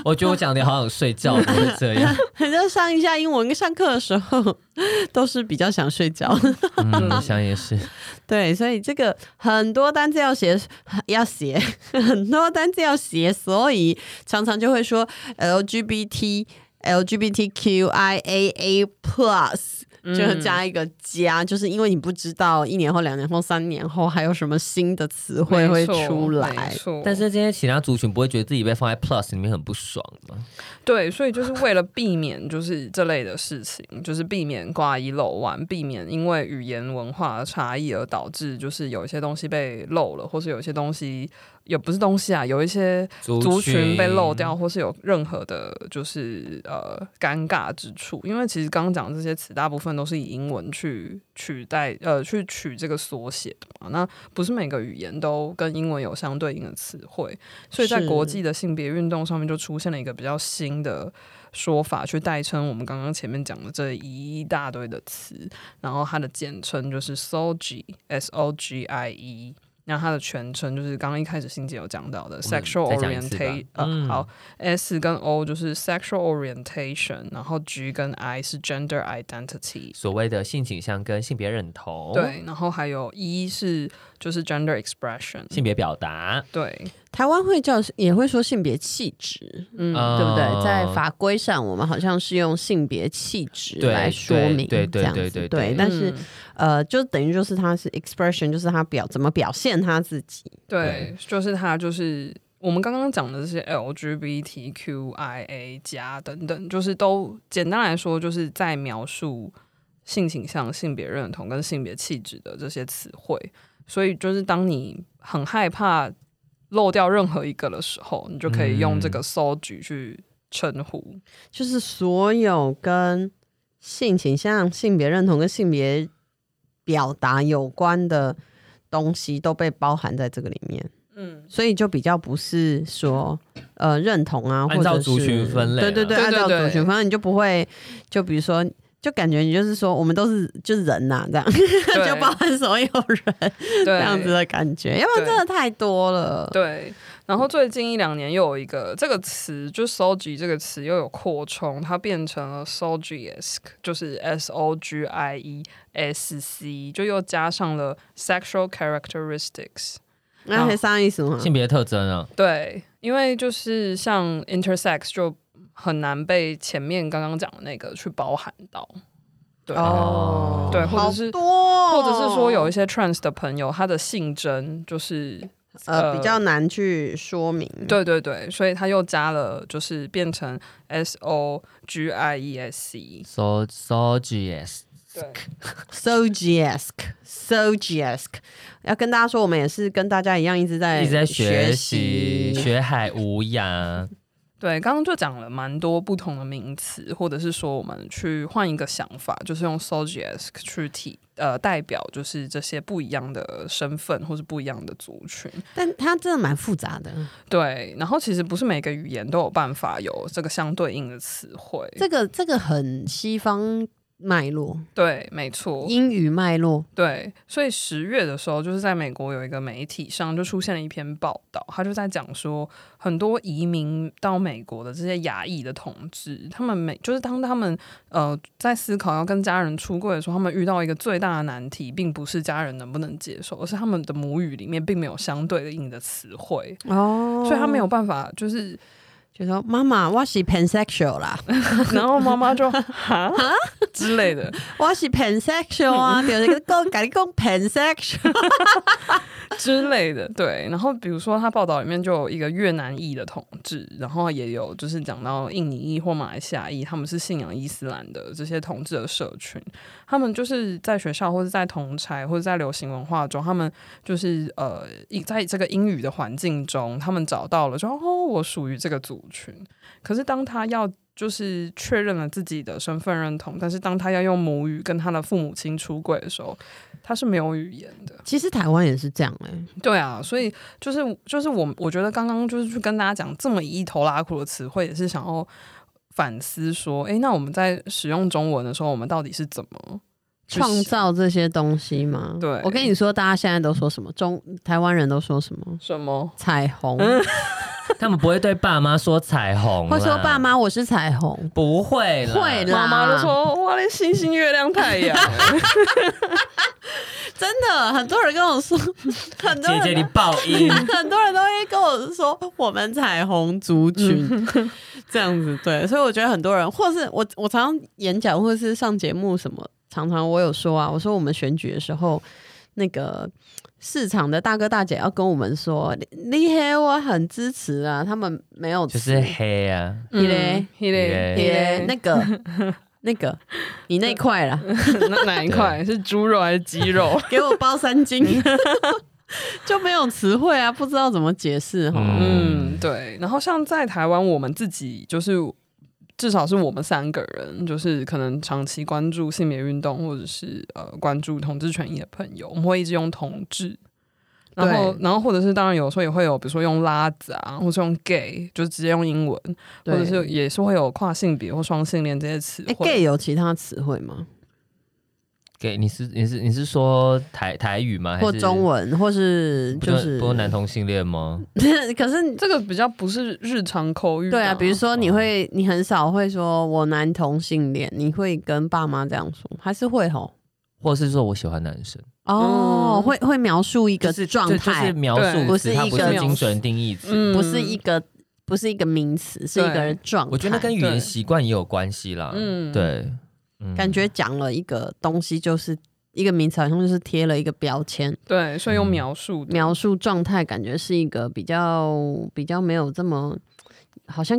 [SPEAKER 5] 我觉得我讲的好想睡觉，怎么会这 样？
[SPEAKER 4] 就上一下英文，上课的时候都是比较想睡 觉。
[SPEAKER 5] 嗯，我想也是。
[SPEAKER 4] 对，所以这个很多单字要写，要写很多单字要写，所以常常就会说 LGBT。LGBTQIAA Plus
[SPEAKER 3] 嗯
[SPEAKER 4] 就加一个加、就是因为你不知道一年后、两年后、三年后还有什么新的词汇会
[SPEAKER 3] 没错
[SPEAKER 4] 出
[SPEAKER 3] 没
[SPEAKER 4] 来。
[SPEAKER 3] 错，
[SPEAKER 5] 但是这些其他族群不会觉得自己被放在 Plus 里面很不爽吗？
[SPEAKER 3] 对，所以就是为了避免就是这类的事情，就是避免挂一漏万，避免因为语言文化的差异而导致就是有一些东西被漏了，或是有一些东西也不是东西啊，有一些
[SPEAKER 5] 族
[SPEAKER 3] 族群被漏掉，或是有任何的，就是呃尴尬之处。因为其实刚刚讲这些词，大部分都是以英文去取代，呃，去取这个缩写的嘛。那不是每个语言都跟英文有相对应的词汇，所以在
[SPEAKER 4] 是
[SPEAKER 3] 国际的性别运动上面就出现了一个比较新的说法，去代称我们刚刚前面讲的这一大堆的词，然后它的简称就是 SOGI，S O G I E。那它的全称就是刚刚一开始欣姐有讲到的
[SPEAKER 1] 我们
[SPEAKER 3] sexual
[SPEAKER 1] 再讲一次吧
[SPEAKER 3] orientation，呃，
[SPEAKER 1] 嗯
[SPEAKER 3] 好，S 跟 O 就是 sexual orientation，然后 G 跟 I 是 gender identity，
[SPEAKER 1] 所谓的性倾向跟性别认同，，
[SPEAKER 3] 对，然后还有 E 是就是 gender expression，
[SPEAKER 1] 性别表达，
[SPEAKER 3] 对，
[SPEAKER 4] 台湾会叫也会说性别气质，
[SPEAKER 3] 嗯，
[SPEAKER 5] 啊
[SPEAKER 1] 嗯
[SPEAKER 4] 对不对？在法规上，我们好像是用性别气质
[SPEAKER 1] 对
[SPEAKER 4] 来说明，
[SPEAKER 1] 对对
[SPEAKER 4] 这样
[SPEAKER 1] 对
[SPEAKER 4] 子
[SPEAKER 1] 对对
[SPEAKER 4] 对
[SPEAKER 1] 对。
[SPEAKER 4] 但是
[SPEAKER 3] 嗯
[SPEAKER 4] 呃，就等于就是他是 expression，就是他表怎么表现他自己。
[SPEAKER 3] 对，就是它就是我们刚刚讲的这些 LGBTQIA 加等等，就是都简单来说，就是在描述性倾向、性别认同跟性别气质的这些词汇。所以就是当你很害怕漏掉任何一个的时候，你就可以用这
[SPEAKER 4] 嗯
[SPEAKER 3] 个搜举去称呼。
[SPEAKER 4] 就是所有跟性倾向、性别认同跟性别表达有关的东西都被包含在这个里面，
[SPEAKER 3] 嗯，
[SPEAKER 4] 所以就比较不是说呃认同啊，
[SPEAKER 1] 按照
[SPEAKER 4] 或者是
[SPEAKER 1] 族群分类啊
[SPEAKER 4] 对对
[SPEAKER 1] 啦
[SPEAKER 4] 对，
[SPEAKER 3] 对
[SPEAKER 4] 按
[SPEAKER 3] 对
[SPEAKER 4] 照
[SPEAKER 3] 对
[SPEAKER 4] 族群分类，你就不会就比如说。就感觉你就是说，我们都是就是人呐、这样
[SPEAKER 3] 对
[SPEAKER 4] 就包含所有人这
[SPEAKER 3] 这
[SPEAKER 4] 样子的感觉，要不然
[SPEAKER 3] 对
[SPEAKER 4] 真的太多了。
[SPEAKER 3] 对，然后最近一两年又有一个这个词，就 “sogi” 这个词又有扩充，它变成了 “sogiesque”，就是 “s o g i e s c”，就又加上了 “sexual characteristics”。
[SPEAKER 4] 那还
[SPEAKER 3] 哦
[SPEAKER 4] 啥意思吗？
[SPEAKER 5] 性别特征啊，
[SPEAKER 3] 对，因为就是像 intersex 就很难被前面刚刚讲的那个去包含到，对、
[SPEAKER 4] 哦，
[SPEAKER 3] 对，或
[SPEAKER 4] 好
[SPEAKER 3] 者是。
[SPEAKER 4] 多哦、
[SPEAKER 3] 或者是说有一些 trans 的朋友，他的性征就是
[SPEAKER 4] 呃
[SPEAKER 3] 呃
[SPEAKER 4] 比较难去说明。
[SPEAKER 3] 对对对，所以他又加了，就是变成 S O G I E S C。
[SPEAKER 5] ，so so gs，
[SPEAKER 3] 对，
[SPEAKER 4] So GSK, so GSK，要跟大家说，我们也是跟大家一样一直在
[SPEAKER 5] 一直在
[SPEAKER 4] 哎学
[SPEAKER 5] 学习，学海无涯，
[SPEAKER 3] 对，刚刚就讲了蛮多不同的名词，或者是说我们去换一个想法，就是用 s o g i e s 去体呃代表，就是这些不一样的身份或是不一样的族群。
[SPEAKER 4] 但它真的蛮复杂的。
[SPEAKER 3] 对，然后其实不是每个语言都有办法有这个相对应的词汇。
[SPEAKER 4] 这个这个很西方脉络，
[SPEAKER 3] 对，没错。
[SPEAKER 4] 英语脉络，
[SPEAKER 3] 对，所以十月的时候，就是在美国有一个媒体上就出现了一篇报道，他就在讲说，很多移民到美国的这些亚裔的同志，他们每就是当他们呃在思考要跟家人出柜的时候，他们遇到一个最大的难题，并不是家人能不能接受，而是他们的母语里面并没有相对应的词汇，
[SPEAKER 4] 哦
[SPEAKER 3] 所以他没有办法就是，
[SPEAKER 4] 就说妈妈，我是 pansexual 啦，
[SPEAKER 3] 然后妈妈就哈之类的，
[SPEAKER 4] 我是 pansexual 啊， 就是讲改讲 pansexual，
[SPEAKER 3] 之类的，对。然后比如说，他报道里面就有一个越南裔的同志，然后也有就是讲到印尼裔或马来西亚裔，他们是信仰伊斯兰的这些同志的社群，他们就是在学校或者在同才或者在流行文化中，他们就是呃，一在这个英语的环境中，他们找到了说哦，我属于这个族群。可是当他要就是确认了自己的身份认同，但是当他要用母语跟他的父母亲出柜的时候，他是没有语言的。
[SPEAKER 4] 其实台湾也是这样哎、
[SPEAKER 3] 对啊，所以就是就是我我觉得刚刚就是去跟大家讲这么一头拉苦的词汇，也是想要反思说，诶，那我们在使用中文的时候，我们到底是怎么去
[SPEAKER 4] 创造这些东西吗？
[SPEAKER 3] 对
[SPEAKER 4] 我跟你说，大家现在都说什么？中台湾人都说什么？
[SPEAKER 3] 什么？
[SPEAKER 4] 彩虹，
[SPEAKER 5] 他们不会对爸妈说彩虹啦，
[SPEAKER 4] 会说爸妈我是彩虹，
[SPEAKER 5] 不会啦，
[SPEAKER 4] 会啦，
[SPEAKER 3] 妈妈都说哇，连星星、月亮、太 阳，
[SPEAKER 4] 真的，很多人跟我 说，很多
[SPEAKER 5] 姐
[SPEAKER 4] 人
[SPEAKER 5] 姐你爆 音，
[SPEAKER 4] 很多人都会跟我说我们彩虹族群、 这样子，对，所以我觉得很多人，或是我我常常演讲或是上节目什么，常常我有说啊，我说我们选举的时候那个。市场的大哥大姐要跟我们说，你你黑我很支持啊，他们没有
[SPEAKER 5] 就
[SPEAKER 4] 吃
[SPEAKER 5] 是黑啊，
[SPEAKER 4] 嗯一嘞
[SPEAKER 3] 嗯一嘞
[SPEAKER 4] 你
[SPEAKER 3] 一
[SPEAKER 4] 嘞
[SPEAKER 3] 嘞，
[SPEAKER 4] 那个那个你那块啦，
[SPEAKER 3] 那哪一块是猪肉还是鸡肉？
[SPEAKER 1] 嗯
[SPEAKER 4] 给我包三斤。 就没有词汇啊，不知道怎么解释哈。
[SPEAKER 3] 嗯，对。然后像在台湾，我们自己就是至少是我们三个人，就是可能长期关注性别运动或者是呃关注同志权益的朋友，我们会一直用同志。然后
[SPEAKER 4] 对，
[SPEAKER 3] 然后或者是当然有时候也会有，比如说用拉子啊，或是用 gay，就是直接用英文，或
[SPEAKER 4] 对
[SPEAKER 3] 者是也是会有跨性别或双性恋这些词
[SPEAKER 4] 哎
[SPEAKER 3] 汇。
[SPEAKER 4] ，gay 有其他词汇吗？
[SPEAKER 1] 给你是你是你是说台台语吗？还是
[SPEAKER 4] 或中？文，或是
[SPEAKER 1] 不
[SPEAKER 4] 就是
[SPEAKER 1] 不是男同性恋吗？
[SPEAKER 4] 可是你
[SPEAKER 3] 这个比较不是日常口语、
[SPEAKER 4] 对啊，比如说你
[SPEAKER 1] 哦
[SPEAKER 4] 会，你很少会说我男同性恋，你会跟爸妈这样说，还是会吼？
[SPEAKER 1] 或是说我喜欢男生？
[SPEAKER 4] 哦，
[SPEAKER 3] 嗯
[SPEAKER 4] 会会描述一个
[SPEAKER 1] 就是
[SPEAKER 4] 状
[SPEAKER 1] 就就
[SPEAKER 4] 态，
[SPEAKER 1] 是描
[SPEAKER 3] 对
[SPEAKER 1] 述
[SPEAKER 4] 不
[SPEAKER 1] 词，
[SPEAKER 4] 是
[SPEAKER 1] 它
[SPEAKER 4] 一
[SPEAKER 1] 不
[SPEAKER 4] 个
[SPEAKER 1] 是精准定义词。
[SPEAKER 3] 嗯
[SPEAKER 4] 不是一个不是一个名词，是一个
[SPEAKER 3] 对
[SPEAKER 4] 状态。
[SPEAKER 1] 我觉得跟语
[SPEAKER 3] 对
[SPEAKER 1] 言习惯也有关系啦。
[SPEAKER 3] 嗯
[SPEAKER 1] 对，嗯
[SPEAKER 4] 感觉讲了一个东西，就是一个名词，好像就是贴了一个标签，
[SPEAKER 3] 对，所以用
[SPEAKER 1] 嗯
[SPEAKER 3] 描述的
[SPEAKER 4] 描述状态，感觉是一个比较比较没有这么好像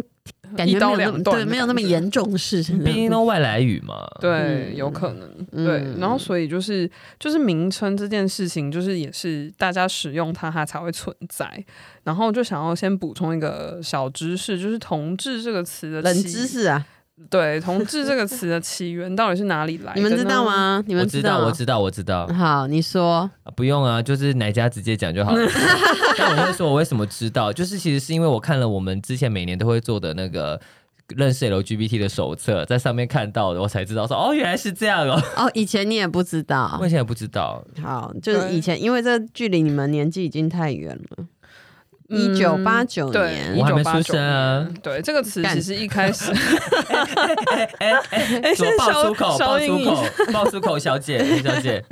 [SPEAKER 4] 感觉
[SPEAKER 3] 一刀
[SPEAKER 4] 没有那么
[SPEAKER 3] 两断
[SPEAKER 4] 对，
[SPEAKER 3] 的
[SPEAKER 4] 没有那么
[SPEAKER 3] 感觉
[SPEAKER 4] 严重的事情。
[SPEAKER 1] 毕竟都外来语嘛。
[SPEAKER 3] 对，
[SPEAKER 4] 嗯
[SPEAKER 3] 有可能。
[SPEAKER 4] 嗯
[SPEAKER 3] 对，然后所以就是就是名称这件事情，就是也是大家使用它，它才会存在。然后就想要先补充一个小知识，就是“同志”这个词的
[SPEAKER 4] 冷
[SPEAKER 3] 起
[SPEAKER 4] 知。识啊，
[SPEAKER 3] 对，“同志”这个词的起源到底是哪里来
[SPEAKER 4] 你
[SPEAKER 3] 的？
[SPEAKER 4] 们知道？吗？你
[SPEAKER 1] 我
[SPEAKER 4] 们
[SPEAKER 1] 知
[SPEAKER 4] 道嗯
[SPEAKER 1] 道，
[SPEAKER 4] 吗
[SPEAKER 1] 我知道，我知道，
[SPEAKER 4] 好，你说，
[SPEAKER 1] 啊不用啊，就是哪家直接讲就好了。但我会说，我为什么知道？就是其实是因为我看了我们之前每年都会做的那个认识 LGBT 的手册，在上面看到的，我才知道说哦，原来是这样哦。
[SPEAKER 4] 哦，以前你也不知道
[SPEAKER 1] 我，以前也不知道，
[SPEAKER 4] 好，就是
[SPEAKER 3] 对
[SPEAKER 4] 以前，因为这距离你们年纪已经太远了，一九八九
[SPEAKER 3] 嗯对，
[SPEAKER 4] 年
[SPEAKER 3] 一
[SPEAKER 1] 我还
[SPEAKER 3] 九
[SPEAKER 1] 没
[SPEAKER 3] 八
[SPEAKER 1] 出
[SPEAKER 3] 九
[SPEAKER 1] 生啊
[SPEAKER 3] 年。对，这个词
[SPEAKER 4] 干
[SPEAKER 3] 其实一开始，
[SPEAKER 1] 哎，怎么爆粗口，
[SPEAKER 3] 消
[SPEAKER 1] 爆
[SPEAKER 3] 音
[SPEAKER 1] 粗
[SPEAKER 3] 一
[SPEAKER 1] 口，爆粗口，小姐，林小姐，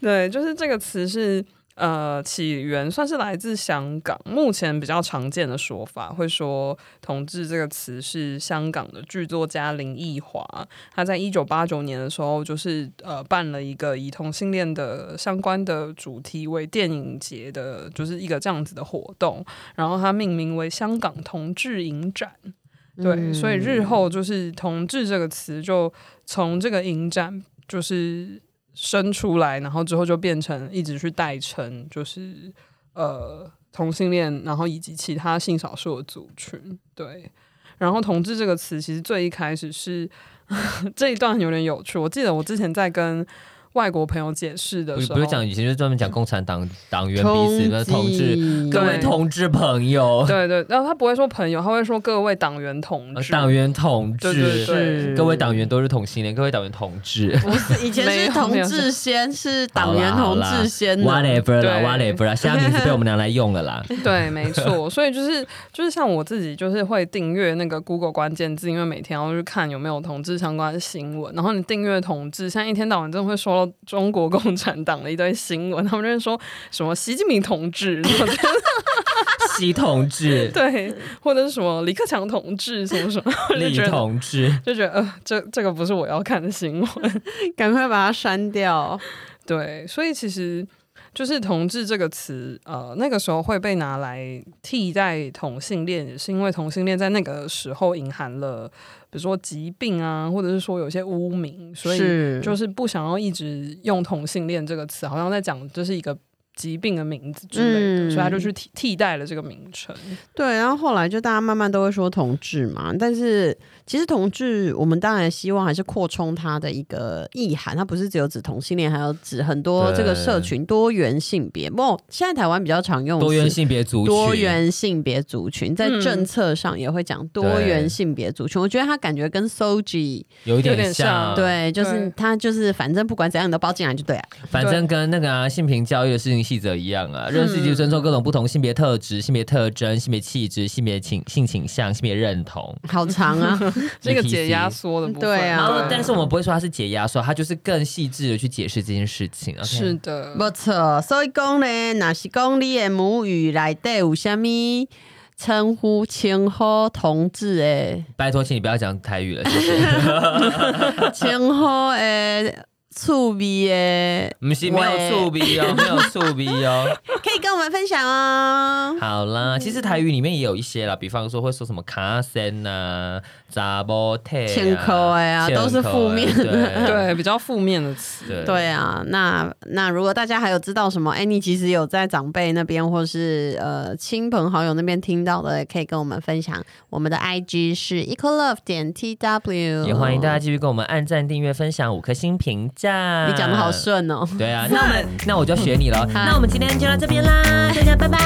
[SPEAKER 3] 对，就是这个词是呃起源算是来自香港，目前比较常见的说法会说“同志”这个词是香港的剧作家林奕华，他在一九八九年的时候就是呃办了一个以同性恋的相关的主题为电影节的，就是一个这样子的活动，然后他命名为香港同志影展。对，所以日后就是“同志”这个词就从这个影展就是生出来，然后之后就变成一直去代称，就是呃同性恋，然后以及其他性少数的族群。对，然后“同志”这个词其实最一开始是 这一段有点有趣，我记得我之前在跟外国朋友解释的
[SPEAKER 1] 不
[SPEAKER 3] 时
[SPEAKER 1] 不
[SPEAKER 3] 候，嗯
[SPEAKER 1] 是讲以前就是专门讲共产党党员彼此的同志，
[SPEAKER 4] 志
[SPEAKER 1] 各位同志朋友，
[SPEAKER 3] 对对，然后他不会说朋友，他会说各位党员同
[SPEAKER 1] 呃
[SPEAKER 3] 志，
[SPEAKER 1] 党员同
[SPEAKER 3] 对对
[SPEAKER 1] 志，
[SPEAKER 3] 对
[SPEAKER 4] 是
[SPEAKER 1] 各位党员都是同性恋，各位党员同志。
[SPEAKER 4] 不是以前
[SPEAKER 3] 没
[SPEAKER 4] 是
[SPEAKER 3] 有
[SPEAKER 4] 同
[SPEAKER 3] 没有
[SPEAKER 4] 志先，是党员
[SPEAKER 1] 好
[SPEAKER 4] 同
[SPEAKER 1] 啦
[SPEAKER 4] 志先呢
[SPEAKER 1] whatever 啦
[SPEAKER 3] 对
[SPEAKER 1] ，whatever 啦，现在名字被我们拿来用了 啦。
[SPEAKER 3] 对，没错。所以就是就是像我自己，就是会订阅那个 Google 关键字，因为每天要去看有没有同志相关的新闻。然后你订阅同志，现在一天到晚真的会收到中国 共产党的一堆新闻，他们就会说什么习近平同志，然后，
[SPEAKER 1] 西同志
[SPEAKER 3] 对，或者是什么李克强同志，什么什么，我就
[SPEAKER 1] 李
[SPEAKER 3] 觉得
[SPEAKER 1] 同志，
[SPEAKER 3] 就觉得呃，这这个不是我要看的新闻。
[SPEAKER 4] 赶快把它删掉。
[SPEAKER 3] 对，所以其实就是“同志”这个词，呃，那个时候会被拿来替代同性恋，也是因为同性恋在那个时候隐含了，比如说疾病啊，或者是说有些污名，所以
[SPEAKER 4] 是
[SPEAKER 3] 就是不想要一直用同性恋这个词，好像在讲就是一个。疾病的名字之类的，
[SPEAKER 4] 嗯
[SPEAKER 3] 所以他就去替替代了这个名称。
[SPEAKER 4] 对，然后后来就大家慢慢都会说同志嘛，但是其实同志，我们当然希望还是扩充它的一个意涵，它不是只有指同性恋，还有指很多这个社群多元性别。不，现在台湾比较常用的
[SPEAKER 1] 多元
[SPEAKER 4] 是
[SPEAKER 1] 性别族群，
[SPEAKER 4] 多元性别族群，在
[SPEAKER 3] 嗯
[SPEAKER 4] 政策上也会讲多
[SPEAKER 1] 对
[SPEAKER 4] 元性别族群。我觉得它感觉跟 Soji
[SPEAKER 1] 有一
[SPEAKER 3] 有点
[SPEAKER 1] 点像，，
[SPEAKER 3] 像
[SPEAKER 4] 对，就是
[SPEAKER 3] 对
[SPEAKER 4] 它就是反正不管怎样你都包进来就对了。
[SPEAKER 1] 反正跟那个啊性平教育的事情细则一样啊，认识以
[SPEAKER 3] 嗯
[SPEAKER 1] 及尊重各种不同性别特质、性别特征、性别气质、性别倾性倾向、性别认同。，E
[SPEAKER 4] 好长啊，
[SPEAKER 3] 这个
[SPEAKER 1] ETC
[SPEAKER 3] 解压缩的部分，
[SPEAKER 4] 对
[SPEAKER 1] 然
[SPEAKER 4] 啊
[SPEAKER 1] 后，但是我们不会说它是解压缩，它就是更细致的去解释这件事情。OK
[SPEAKER 3] 是的，
[SPEAKER 4] 不错，所以讲呢，若是讲你的母语内底有啥物称呼、称呼同志的
[SPEAKER 1] 拜托，请你不要讲台语了，谢谢。
[SPEAKER 4] 称呼的趣味
[SPEAKER 1] 不是没有醋逼哦，没有醋逼哦，
[SPEAKER 4] 的，可以跟我们分享哦。
[SPEAKER 1] 好啦，其实台语里面也有一些啦，比方说会说什么卡森呐、扎波特、啊
[SPEAKER 4] 欠扣哎呀
[SPEAKER 1] 欠扣哎
[SPEAKER 4] 都是负面的
[SPEAKER 1] 对
[SPEAKER 3] 对，比较负面的词。
[SPEAKER 1] 对
[SPEAKER 4] 对啊，那那如果大家还有知道什么，哎、你其实有在长辈那边或是呃亲朋好友那边听到的，也可以跟我们分享。我们的 IG 是 equal love 点 tw，
[SPEAKER 1] 也欢迎大家。继续跟我们按赞、订阅、分享五颗星评价。
[SPEAKER 4] 你讲的好顺哦，
[SPEAKER 1] 对啊，那我们那我就学你了。那我们今天就到这边啦，大家拜拜。